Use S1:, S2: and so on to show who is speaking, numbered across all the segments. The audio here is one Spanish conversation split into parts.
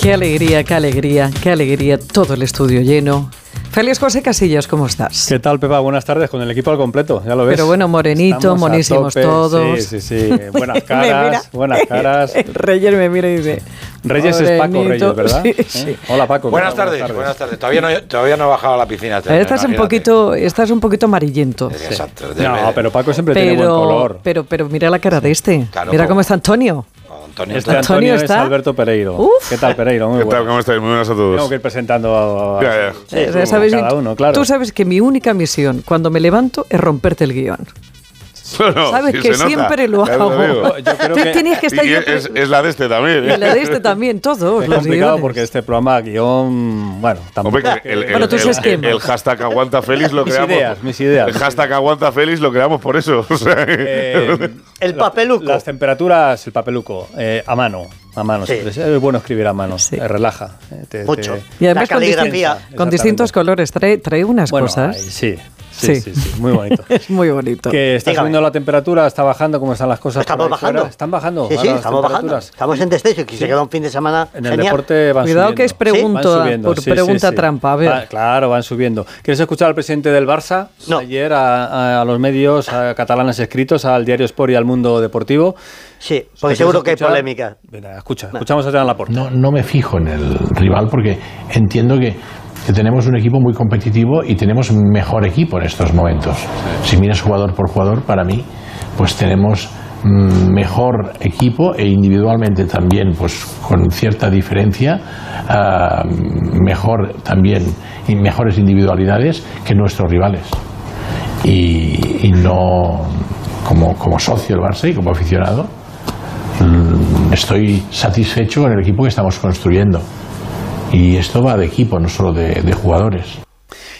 S1: Qué alegría, qué alegría, qué alegría. Todo el estudio lleno. Feliz José Casillas, ¿cómo estás?
S2: ¿Qué tal, Pepa? Buenas tardes, con el equipo al completo, ya lo ves.
S1: Pero bueno, morenito,
S2: Estamos a
S1: monísimos
S2: tope.
S1: todos.
S2: Sí, sí, sí. Buenas
S1: Me mira.
S2: caras, buenas caras.
S1: Reyes me mira y dice...
S2: Reyes es Paco
S1: morenito.
S2: Reyes, ¿verdad?
S1: Sí,
S2: ¿Eh?
S1: sí.
S2: Hola, Paco. ¿qué
S3: Buenas
S2: tal?
S3: tardes, buenas tardes. Todavía no, todavía no he bajado a la piscina. te-
S1: Estás un
S3: imagínate.
S1: poquito, estás un poquito amarillento.
S3: Es que Exacto.
S2: No,
S3: debe-
S2: pero Paco siempre tiene buen
S1: Pero,
S2: color.
S1: pero, pero mira la cara de este.
S3: Claro,
S1: mira
S3: po-
S1: cómo está Antonio.
S3: Antonio,
S2: Este
S3: está-
S1: Antonio
S2: Antonio, es
S1: está-
S2: Alberto Pereiro.
S1: Uf.
S2: ¿Qué tal, Pereiro?
S4: ¿Qué
S2: Muy
S4: tal?
S2: bueno.
S4: ¿Cómo estáis? Muy buenas a todos.
S2: Tengo que ir presentando a...
S4: Ya, ya.
S2: Sí,
S1: Eh, ya sabes,
S2: cada uno, claro.
S1: Tú sabes que mi única misión cuando me levanto es romperte el guión.
S4: No, no,
S1: sabes
S4: sí
S1: que
S4: se nota,
S1: siempre lo
S4: ya te
S1: hago.
S4: digo.
S2: Yo creo
S1: Tú
S2: que-
S1: tienes que estar
S4: Y
S1: yo-
S4: es, es la de este también.
S1: y
S4: ¿eh?
S1: la de este también, todos
S2: Es
S1: los
S2: complicado
S1: guiones.
S2: porque este programa, guión... Bueno, tampoco...
S4: Hombre, que el, el-
S1: Bueno, tú
S4: el-
S1: sabes quién.
S4: el hashtag aguanta Félix lo
S2: Mis
S4: creamos.
S2: ideas, mis ideas.
S4: El hashtag aguanta Félix lo creamos por eso. o sea,
S2: Eh, la-
S5: El papeluco.
S2: Las temperaturas, el papeluco, eh, a mano. A mano.
S5: Sí.
S2: siempre. Es bueno escribir a mano.
S1: Sí.
S2: eh, relaja. eh, te-
S5: Mucho.
S2: te-
S1: Y además
S5: La
S1: con, distin-
S5: caligrafía.
S1: con
S2: Exactamente.
S1: distintos colores. Trae, trae unas
S2: Bueno,
S1: cosas.
S2: ahí sí, sí,
S1: Sí.
S2: sí, sí, muy bonito.
S1: Es muy bonito.
S2: que está
S5: Dígame.
S2: subiendo la temperatura, está bajando, ¿cómo están las cosas? por
S5: Estamos
S2: ahí fuera?
S5: bajando.
S2: Están bajando.
S5: Sí, sí,
S2: ahora las
S5: estamos bajando.
S2: temperaturas.
S5: Estamos en descenso, que se queda un fin de semana
S2: En el
S5: genial.
S2: deporte van
S1: Cuidado
S2: subiendo.
S1: que es pregunta-
S2: Van subiendo,
S1: por pregunta trampa, a ver.
S2: Va- claro, van subiendo. ¿Quieres escuchar al presidente del Barça?
S5: No.
S2: Ayer a, a- a los medios a catalanes escritos, al diario Sport y al Mundo Deportivo.
S5: Sí, porque
S2: ¿Quieres
S5: Pues seguro que hay
S2: escuchar?
S5: polémica.
S2: Venga, escucha, escuchamos a Joan Laporta.
S6: No, no me fijo en el rival porque entiendo que, que tenemos un equipo muy competitivo y tenemos mejor equipo en estos momentos. Si miras jugador por jugador, para mí, pues tenemos mm, mejor equipo e individualmente también, pues con cierta diferencia, ah, mejor también y mejores individualidades que nuestros rivales y, y no como, como socio del Barça y como aficionado mm, estoy satisfecho con el equipo que estamos construyendo y esto va de equipo no solo de- de jugadores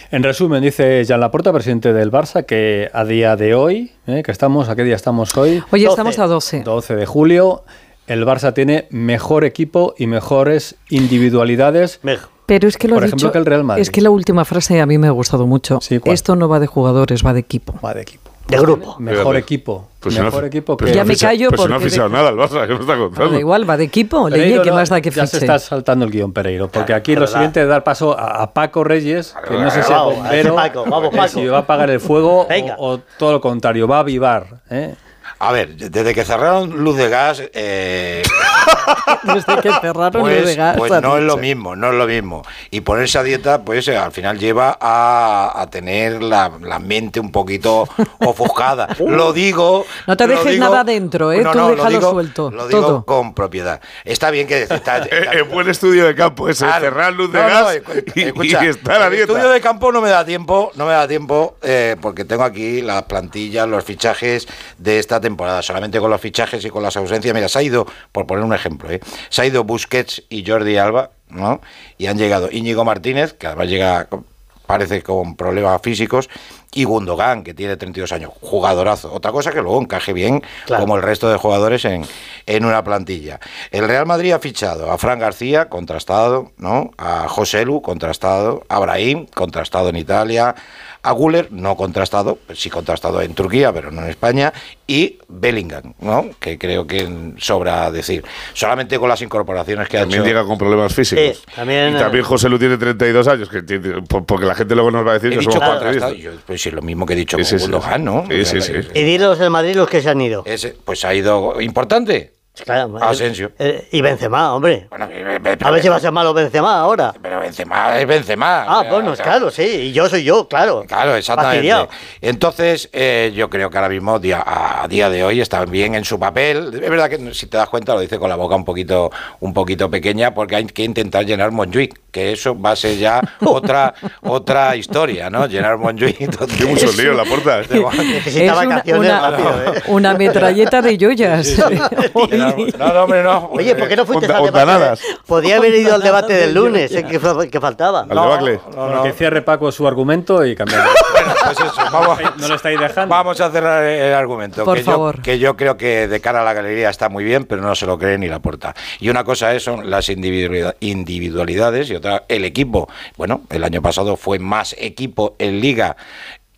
S2: En resumen, dice Joan Laporta, presidente del Barça, que a día de hoy, ¿eh? que estamos, ¿a qué día estamos hoy?
S1: Oye,
S5: 12.
S1: estamos a 12.
S2: 12 de julio, el Barça tiene mejor equipo y mejores individualidades.
S5: Mej-
S1: Pero es que lo
S2: Por
S1: ha
S2: ejemplo,
S1: dicho-
S2: que el Real Madrid.
S1: Es que la última frase a mí me ha gustado mucho.
S2: Sí, ¿cuál?
S1: Esto no va de jugadores, va de equipo.
S2: Va de equipo.
S5: De grupo.
S2: Mejor equipo.
S4: pues si no
S2: mejor
S4: afi-
S2: equipo
S4: pues
S2: que...
S1: Ya
S4: no
S1: me
S4: aficia-
S1: callo
S4: pues si no ha
S1: porque-
S4: aficionado nada al Barça, que no está contando.
S1: No, da igual, va de equipo. Leñe,
S2: Pereiro,
S1: que
S2: no,
S1: más da que
S2: ya se
S1: fiche.
S2: está saltando el guión, Pereiro, porque
S5: Claro,
S2: aquí lo
S5: verdad.
S2: siguiente es dar paso a, a Paco Reyes, que no sé si es
S5: Vamos,
S2: bombero,
S5: ese Paco, vamos,
S2: eh,
S5: Paco.
S2: si va a apagar el fuego
S5: Venga.
S2: o, o todo lo contrario, va a avivar. ¿eh?
S3: A ver, desde que cerraron luz de gas, eh,
S1: Desde que cerraron lo de
S3: pues,
S1: gas,
S3: pues
S1: ha
S3: no es lo
S1: dicho.
S3: mismo, no es lo mismo. Y ponerse a dieta, pues eh, al final lleva a, a tener la, la mente un poquito ofuscada.
S2: Uh.
S3: lo digo.
S1: No te
S3: lo
S1: dejes
S3: digo-
S1: nada dentro, ¿eh? Tú
S3: lo
S1: déjalo
S3: digo-
S1: suelto,
S3: Lo digo
S1: todo.
S3: con propiedad. Está bien que. está-
S4: Eh,
S3: está-
S4: eh, buen estudio de campo ese,
S3: Claro.
S4: pues, cerrar luz de
S3: No, no,
S4: gas
S3: escu-
S4: y-
S3: escucha,
S4: y, estar a
S3: el
S4: dieta.
S3: estudio de campo no me da tiempo, no me da tiempo, eh, porque tengo aquí las plantillas, los fichajes de esta temporada. Solamente con los fichajes y con las ausencias. Mira, se ha ido, por poner un ejemplo, ¿eh? se ha ido Busquets y Jordi Alba, ¿no? Y han llegado Íñigo Martínez, que además llega con- parece con problemas físicos, y Gundogan, que tiene 32 años, jugadorazo. Otra cosa que luego encaje bien,
S5: Claro.
S3: como el resto de jugadores, en, en una plantilla. El Real Madrid ha fichado a Fran García, contrastado, ¿no? A Joselu, contrastado, a Brahim, contrastado en Italia, a Guller, no contrastado, pues sí contrastado en Turquía, pero no en España, y Bellingham, ¿no? Que creo que sobra decir. Solamente con las incorporaciones que ha
S4: También
S3: hecho...
S4: llega con problemas físicos.
S5: Sí, también,
S4: y también
S5: eh,
S4: José Lu tiene 32 años, que tiene- por- porque la gente luego nos va a decir
S3: He
S4: que
S3: dicho
S4: somos
S3: contrastado,
S4: cuatro.
S3: yo, pues sí, lo mismo que he dicho
S4: Sí, sí,
S3: con
S4: sí.
S3: Gundogan, ¿no? Eh,
S4: Sí, sí, sí.
S5: Y dilos del Madrid los que se han ido.
S3: Ese, pues ha ido importante.
S5: Claro,
S3: Asensio.
S5: eh, y Benzema, hombre.
S3: Bueno, eh, eh,
S5: A ver si va a ser malo Benzema ahora.
S3: Pero Benzema es Benzema.
S5: Ah,
S3: O sea,
S5: bueno,
S3: o sea,
S5: claro, sí. Y yo soy yo, claro.
S3: Claro, exactamente.
S5: Fastidiado.
S3: Entonces, eh, yo creo que ahora mismo, día, a día de hoy, está bien en su papel. Es verdad que si te das cuenta lo dice con la boca un poquito, un poquito pequeña, porque hay que intentar llenar Montjuic, que eso va a ser ya otra, otra historia, ¿no? Llenar Montjuic. entonces-
S4: Uh. Qué mucho lío en la puerta.
S5: Necesita vacaciones
S1: una,
S5: rápido, ¿eh?
S1: una metralleta de joyas.
S3: Llenar- No, no, hombre, no.
S5: Oye, ¿por qué no fuiste
S4: Onda-
S5: al debate?
S4: ondanadas.
S5: Podía haber ido al debate del
S1: Ondanadas de
S5: lunes, eh, que, fa- que faltaba.
S4: Al debacle.
S3: No,
S2: Bueno,
S3: no.
S2: que cierre Paco su argumento y cambiamos.
S3: Bueno, pues eso, vamos.
S2: no lo estáis dejando.
S3: Vamos a cerrar el argumento.
S1: Por
S3: que
S1: favor.
S3: Yo, que yo creo que de cara a la galería está muy bien, pero no se lo cree ni la porta. Y una cosa es, son las individualidad- individualidades y otra el equipo. Bueno, el año pasado fue más equipo en liga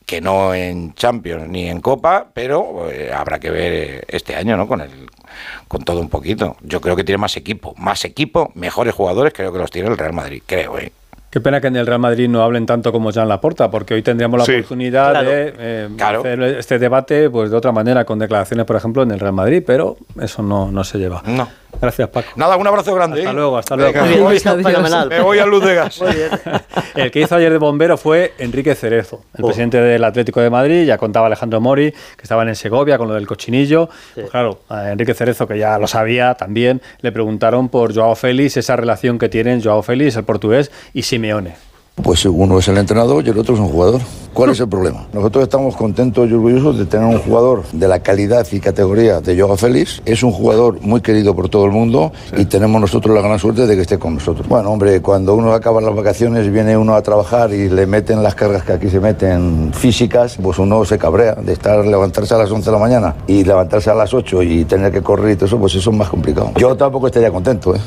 S3: que no en Champions ni en Copa, pero eh, habrá que ver eh, este año, ¿no? Con el con todo un poquito. Yo creo que tiene más equipo, más equipo, mejores jugadores, creo que los tiene el Real Madrid, creo, ¿eh?
S2: Qué pena que en el Real Madrid no hablen tanto como Jean Laporta, porque hoy tendríamos la
S4: Sí.
S2: oportunidad
S5: Claro.
S2: de eh,
S3: Claro.
S2: hacer este debate pues de otra manera, con declaraciones, por ejemplo, en el Real Madrid, pero eso no, no se lleva.
S3: No.
S2: Gracias, Paco.
S3: Nada, un abrazo grande.
S2: Hasta
S3: ¿eh?
S2: luego, hasta luego.
S3: Venga,
S5: Muy bien,
S3: voy.
S5: visto,
S1: Adiós.
S5: fenomenal.
S3: Me voy a luz de gas.
S5: Muy bien.
S2: El que hizo ayer de bombero fue Enrique Cerezo, el
S5: Oh.
S2: presidente del Atlético de Madrid. Ya contaba Alejandro Mori que estaban en Segovia con lo del cochinillo. Pues claro, a Enrique Cerezo, que ya lo sabía también, le preguntaron por Joao Félix, esa relación que tienen Joao Félix, el portugués, y Simeone.
S7: Pues uno es el entrenador y el otro es un jugador. ¿Cuál es el problema? Nosotros estamos contentos y orgullosos de tener un jugador de la calidad y categoría de Joao Félix. Es un jugador muy querido por todo el mundo y tenemos nosotros la gran suerte de que esté con nosotros. Bueno, hombre, cuando uno acaba las vacaciones, viene uno a trabajar y le meten las cargas que aquí se meten físicas, pues uno se cabrea de estar levantarse a las 11 de la mañana y levantarse a las 8 y tener que correr y todo eso, pues eso es más complicado. Yo tampoco estaría contento, ¿eh?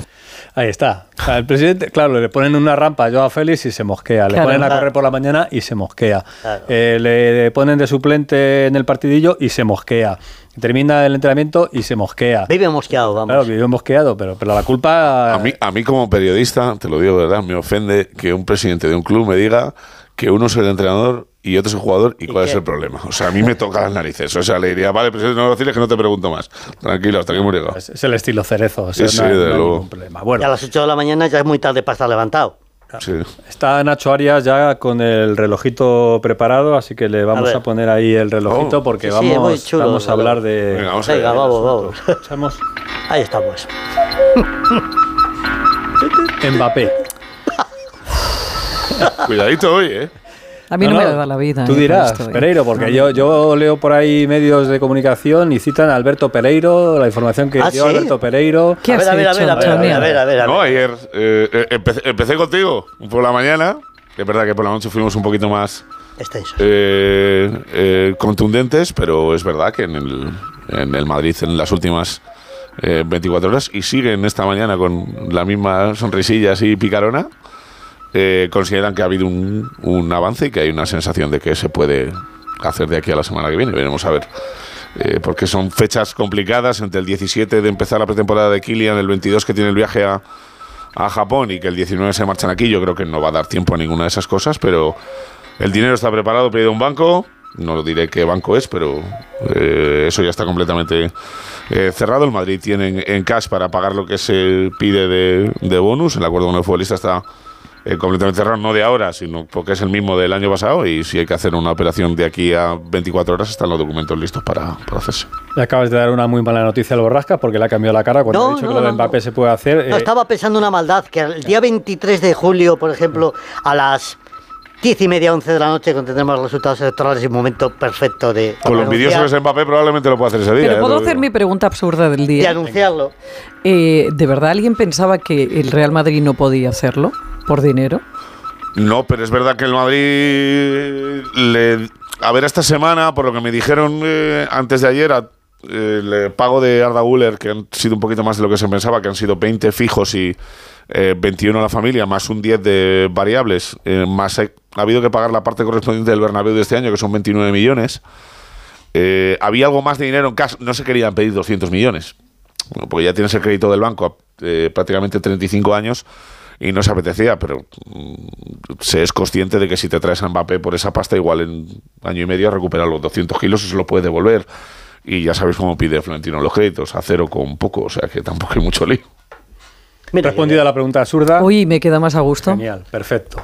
S2: Ahí está. O sea, el presidente, claro, le ponen una rampa a Joao Félix y se mosquea. Le
S1: Claro.
S2: ponen a
S5: Claro. Ah.
S2: correr por la mañana y se mosquea.
S5: Claro.
S2: Eh, le ponen de suplente en el partidillo y se mosquea. Termina el entrenamiento y se mosquea.
S5: Vive mosqueado, vamos.
S2: Claro, que yo he mosqueado, pero, pero la culpa...
S4: A mí, a mí como periodista, te lo digo de verdad, me ofende que un presidente de un club me diga que uno es el entrenador y otro es el jugador y cuál
S5: qué?
S4: es el problema. O sea, a mí me toca las narices. O sea, le diría, vale, presidente, no lo decirles que no te pregunto más. Tranquilo, hasta que hemos llegado.
S2: Es, es el estilo cerezo. o sea,
S4: Sí,
S2: no,
S4: sí,
S2: hay-
S4: desde
S2: no hay
S4: luego.
S2: ningún problema. Bueno,
S5: Y a las 8 de la mañana ya es muy tarde para estar levantado.
S4: Sí.
S2: está Nacho Arias ya con el relojito preparado, así que le vamos
S5: ver.
S2: a, poner ahí el relojito
S4: Oh.
S2: porque
S5: Sí, sí, es muy
S2: vamos,
S5: chulo,
S2: vamos a
S5: el reloj.
S2: hablar de.
S4: Venga, vamos a
S5: Venga,
S4: ver.
S5: vamos, vamos.
S2: Echamos
S5: Ahí estamos.
S2: Mbappé.
S4: Cuidadito hoy, ¿eh?
S1: A mí no,
S2: No,
S1: me
S2: no,
S1: da la vida. eh,
S2: Tú
S1: por
S2: dirás,
S1: esto, eh.
S2: Pereiro, porque yo, yo leo por ahí medios de comunicación y citan a Alberto Pereiro, la información que
S5: ¿Ah,
S2: dio
S5: sí?
S2: Alberto Pereiro.
S1: ¿Qué
S5: a, ver,
S1: has
S5: a ver, a ver,
S1: hecho,
S5: a ver, a ver, a ver, a ver, a ver.
S4: No, ayer eh, eh, empecé, empecé contigo por la mañana. Es verdad que por la noche fuimos un poquito más
S5: Extenso.
S4: eh, eh, contundentes, pero es verdad que en el, en el Madrid en las últimas eh, 24 horas y siguen esta mañana con la misma sonrisilla así picarona. eh, consideran que ha habido un, un avance y que hay una sensación de que se puede hacer de aquí a la semana que viene. Veremos a ver. Eh, porque son fechas complicadas entre el 17 de empezar la pretemporada de Kilian, el 22 que tiene el viaje a, a Japón y que el 19 se marchan aquí. Yo creo que no va a dar tiempo a ninguna de esas cosas, pero el dinero está preparado, pedido a un banco. No lo diré qué banco es, pero eh, eso ya está completamente eh, cerrado. El Madrid tiene en, en cash para pagar lo que se pide de, de bonus. El acuerdo con el futbolista está eh, completamente cerrado, no de ahora, sino porque es el mismo del año pasado. Y si hay que hacer una operación de aquí a 24 horas, están los documentos listos para, para hacerse.
S2: Le acabas de dar una muy mala noticia al Borrasca porque le ha cambiado la cara cuando
S5: No,
S2: ha dicho
S5: no,
S2: que lo de
S5: no,
S2: Mbappé
S5: no.
S2: se puede hacer.
S5: No,
S2: eh,
S5: estaba pensando una maldad, que el día 23 de julio, por ejemplo, a las 10 y media, 11 de la noche, cuando tendremos los resultados electorales, es un momento perfecto de,
S4: Con los
S5: de
S4: envidioso que es
S5: anunciar-
S4: Mbappé, probablemente lo pueda hacer ese día.
S1: Pero
S4: ya
S3: eh,
S1: puedo
S4: te lo
S1: hacer
S4: digo.
S1: mi pregunta absurda del
S5: de
S1: día.
S5: anunciarlo.
S1: Eh, ¿De verdad alguien pensaba que el Real Madrid no podía hacerlo por dinero?
S4: No, pero es verdad que el Madrid le- a ver esta semana, por lo que me dijeron eh, antes de ayer, a- eh, el pago de Arda Güler, que han sido un poquito más de lo que se pensaba, que han sido 20 fijos y eh, 21 a la familia, más un 10 de variables, eh, más he- ha habido que pagar la parte correspondiente del Bernabéu de este año, que son 29 millones. Eh, había algo más de dinero en casa, no se querían pedir 200 millones, bueno, porque ya tienes el crédito del banco eh, prácticamente 35 años y no se apetecía, pero mm, se es consciente de que si te traes a Mbappé por esa pasta, igual en año y medio recupera los 200 kilos y se lo puede devolver. Y ya sabéis cómo pide Florentino los créditos, a cero con poco, o sea que tampoco hay mucho lío.
S5: Mira,
S2: respondido a la pregunta absurda.
S1: Uy, me queda más a gusto.
S2: Genial, perfecto.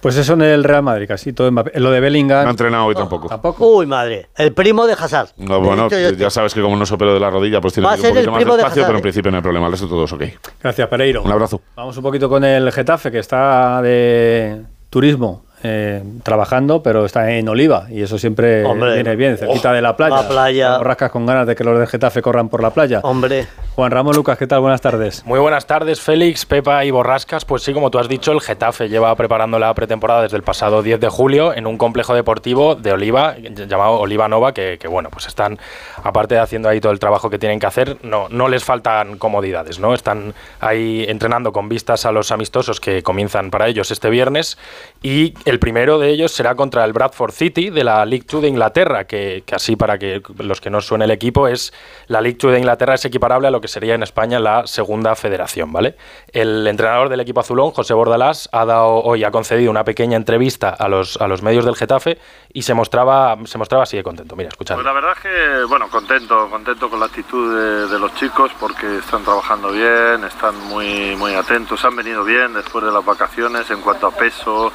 S2: Pues eso en el Real Madrid, casi todo Mbappé. Lo de
S4: No ha
S2: Bellingham.
S4: entrenado hoy tampoco.
S2: Tampoco.
S5: Uy, madre, el primo de Hazard.
S4: No, bueno,
S5: Te he dicho yo,
S4: ya sabes que como no se operó de la rodilla, pues tiene
S5: Va a
S4: que ir un
S5: ser el
S4: poquito más
S5: primo de
S4: despacio,
S5: Hazard,
S4: pero en
S5: ¿eh?
S4: principio no hay problema, el resto todo es ok.
S2: Gracias, Pereiro.
S4: Un abrazo.
S2: Vamos un poquito con el Getafe, que está de turismo eh, trabajando, pero está en Oliva, y eso siempre
S5: Hombre.
S2: viene bien, cerquita de la playa.
S5: la playa.
S2: Rascas con ganas de que los del Getafe corran por la playa.
S5: Hombre,
S2: Juan Ramón Lucas, ¿qué tal? Buenas tardes.
S8: Muy buenas tardes, Félix, Pepa y Borrascas. Pues sí, como tú has dicho, el Getafe lleva preparando la pretemporada desde el pasado 10 de julio en un complejo deportivo de Oliva, llamado Oliva Nova, que, que bueno, pues están, aparte de haciendo ahí todo el trabajo que tienen que hacer, no, no les faltan comodidades, ¿no? Están ahí entrenando con vistas a los amistosos que comienzan para ellos este viernes y el primero de ellos será contra el Bradford City de la League Two de Inglaterra, que, que así para que los que no suene el equipo es la League Two de Inglaterra es equiparable a lo que sería en España la segunda federación, ¿vale? El entrenador del equipo azulón, José Bordalás, ha dado hoy ha concedido una pequeña entrevista a los a los medios del Getafe y se mostraba se mostraba así de contento. Mira, escuchad.
S9: Pues la verdad es que bueno, contento, contento con la actitud de, de, los chicos porque están trabajando bien, están muy muy atentos, han venido bien después de las vacaciones en cuanto a peso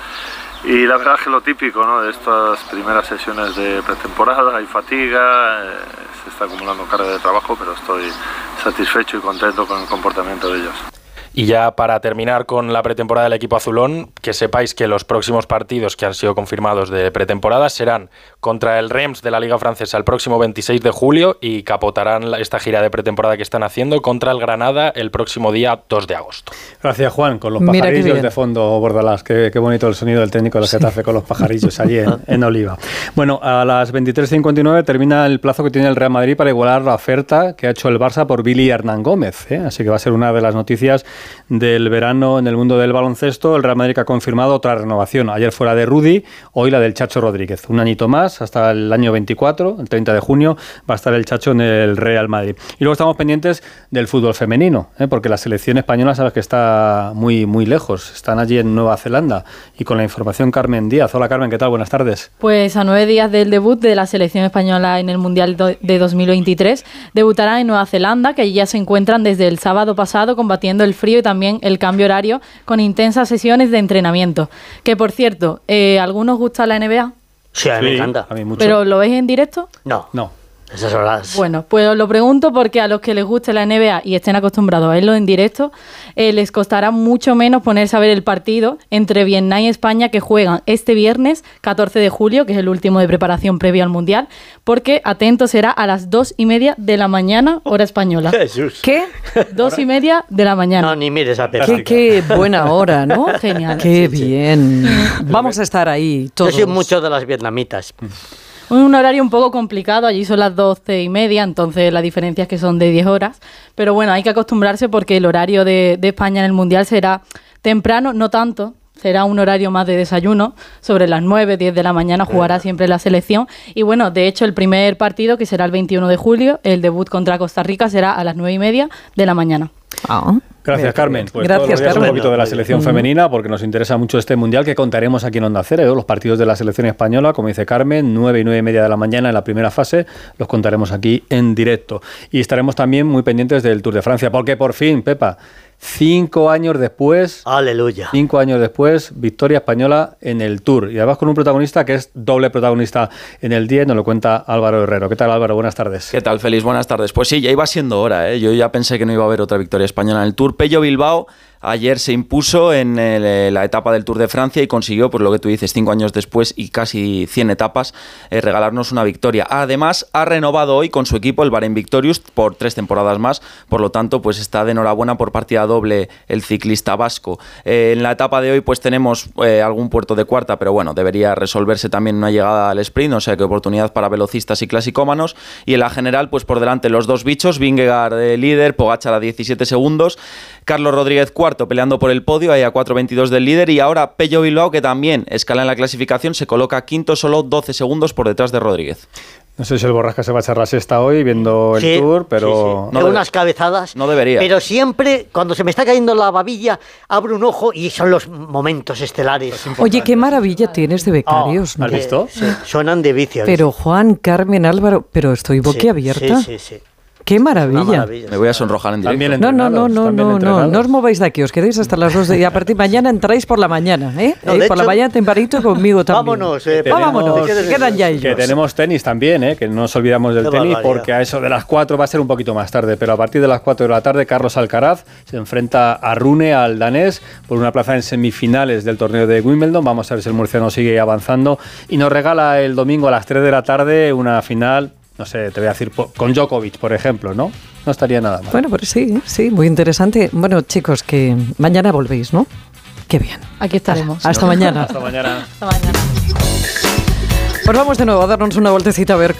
S9: y la verdad es que lo típico ¿no? de estas primeras sesiones de pretemporada, hay fatiga, eh, se está acumulando carga de trabajo, pero estoy satisfecho y contento con el comportamiento de ellos.
S8: Y ya para terminar con la pretemporada del equipo azulón, que sepáis que los próximos partidos que han sido confirmados de pretemporada serán contra el Reims de la Liga Francesa el próximo 26 de julio y capotarán esta gira de pretemporada que están haciendo contra el Granada el próximo día 2 de agosto.
S2: Gracias, Juan. Con los Mira pajarillos de fondo, Bordalás. Qué, qué, bonito el sonido del técnico del Getafe sí. con los pajarillos allí en, en Oliva. Bueno, a las 23.59 termina el plazo que tiene el Real Madrid para igualar la oferta que ha hecho el Barça por Billy Hernán Gómez. ¿eh? Así que va a ser una de las noticias del verano en el mundo del baloncesto, el Real Madrid ha confirmado otra renovación. Ayer fuera de Rudy, hoy la del Chacho Rodríguez. Un añito más, hasta el año 24, el 30 de junio, va a estar el Chacho en el Real Madrid. Y luego estamos pendientes del fútbol femenino, ¿eh? porque la selección española sabes que está muy, muy lejos. Están allí en Nueva Zelanda. Y con la información, Carmen Díaz. Hola Carmen, ¿qué tal? Buenas tardes.
S10: Pues a nueve días del debut de la selección española en el Mundial de 2023, debutará en Nueva Zelanda, que allí ya se encuentran desde el sábado pasado combatiendo el frío y también el cambio horario con intensas sesiones de entrenamiento. Que por cierto, eh, ¿algunos gusta la NBA?
S5: Sí, a mí sí, me encanta.
S10: A mí mucho. ¿Pero lo veis en directo?
S5: No.
S2: No.
S5: Esas son las...
S10: Bueno, pues lo pregunto porque a los que les guste la NBA y estén acostumbrados a verlo en directo, eh, les costará mucho menos ponerse a ver el partido entre Vietnam y España que juegan este viernes 14 de julio, que es el último de preparación previo al Mundial, porque atento será a las dos y media de la mañana, hora española.
S5: Jesús.
S10: ¿Qué? Dos y media de la mañana.
S5: No, ni mires a
S1: qué, qué buena hora, ¿no?
S10: Genial.
S1: Qué sí, bien. Sí. Vamos a estar ahí todos.
S5: Yo soy mucho de las vietnamitas
S10: un horario un poco complicado, allí son las doce y media, entonces la diferencia es que son de 10 horas, pero bueno, hay que acostumbrarse porque el horario de, de, España en el Mundial será temprano, no tanto. Será un horario más de desayuno, sobre las 9, 10 de la mañana jugará siempre la selección. Y bueno, de hecho, el primer partido, que será el 21 de julio, el debut contra Costa Rica, será a las 9 y media de la mañana.
S2: Oh. Gracias, Carmen. Pues
S1: Ah. Gracias, Carmen.
S2: Un poquito de la selección femenina, porque nos interesa mucho este mundial que contaremos aquí en Onda Cero. ¿eh? Los partidos de la selección española, como dice Carmen, 9 y 9 y media de la mañana en la primera fase, los contaremos aquí en directo. Y estaremos también muy pendientes del Tour de Francia, porque por fin, Pepa, cinco años después.
S5: Ah. Aleluya.
S2: Cinco años después, victoria española en el Tour. Y además con un protagonista que es doble protagonista en el 10, nos lo cuenta Álvaro Herrero. ¿Qué tal, Álvaro? Buenas tardes.
S11: ¿Qué tal, Feliz? Buenas tardes. Pues sí, ya iba siendo hora. ¿eh? Yo ya pensé que no iba a haber otra victoria española en el Tour. Pello Bilbao ayer se impuso en el, la etapa del Tour de Francia y consiguió, por lo que tú dices, cinco años después y casi 100 etapas, eh, regalarnos una victoria. Además, ha renovado hoy con su equipo el Bahrein Victorious por tres temporadas más, por lo tanto, pues está de enhorabuena por partida doble el ciclista vasco. Eh, en la etapa de hoy, pues tenemos eh, algún puerto de cuarta, pero bueno, debería resolverse también una llegada al sprint, o sea que oportunidad para velocistas y clasicómanos. Y en la general, pues por delante los dos bichos, Vingegaard eh, líder, Pogachar a 17 segundos, Carlos Rodríguez cuarto, peleando por el podio, ahí a 4.22 del líder. Y ahora Pello Bilbao, que también escala en la clasificación, se coloca quinto, solo 12 segundos por detrás de Rodríguez.
S2: No sé si el Borrasca se va a echar la sexta hoy viendo el
S5: sí,
S2: tour, pero.
S5: Sí, sí. No unas cabezadas.
S11: No debería.
S5: Pero siempre, cuando se me está cayendo la babilla, abro un ojo y son los momentos estelares. Ah,
S1: Oye, qué maravilla tienes de becarios,
S2: oh, ¿Has visto?
S5: Suenan de vicio.
S1: Pero Juan, Carmen, Álvaro, pero estoy boquiabierta.
S5: Sí, sí, sí.
S1: ¡Qué maravilla.
S11: maravilla! Me voy a sonrojar en directo.
S1: No, no, no, no, no, no, no os mováis de aquí, os quedéis hasta las 2 de y a partir de mañana entráis por la mañana, ¿eh? No, ¿Eh? por hecho, la mañana tempranito conmigo también.
S5: Vámonos, eh,
S1: tenemos, vámonos, que quedan ya ellos.
S2: Que tenemos tenis también, ¿eh? Que no nos olvidamos del Qué tenis barbaridad. porque a eso de las 4 va a ser un poquito más tarde, pero a partir de las 4 de la tarde Carlos Alcaraz se enfrenta a Rune, al danés, por una plaza en semifinales del torneo de Wimbledon. Vamos a ver si el murciano sigue avanzando y nos regala el domingo a las 3 de la tarde una final no sé, te voy a decir, po- con Djokovic, por ejemplo, ¿no? No estaría nada mal.
S1: Bueno, pero sí, ¿eh? sí, muy interesante. Bueno, chicos, que mañana volvéis, ¿no? Qué bien.
S10: Aquí estaremos.
S1: Hasta mañana.
S2: Hasta mañana.
S10: Hasta mañana.
S1: Pues vamos de nuevo a darnos una vueltecita a ver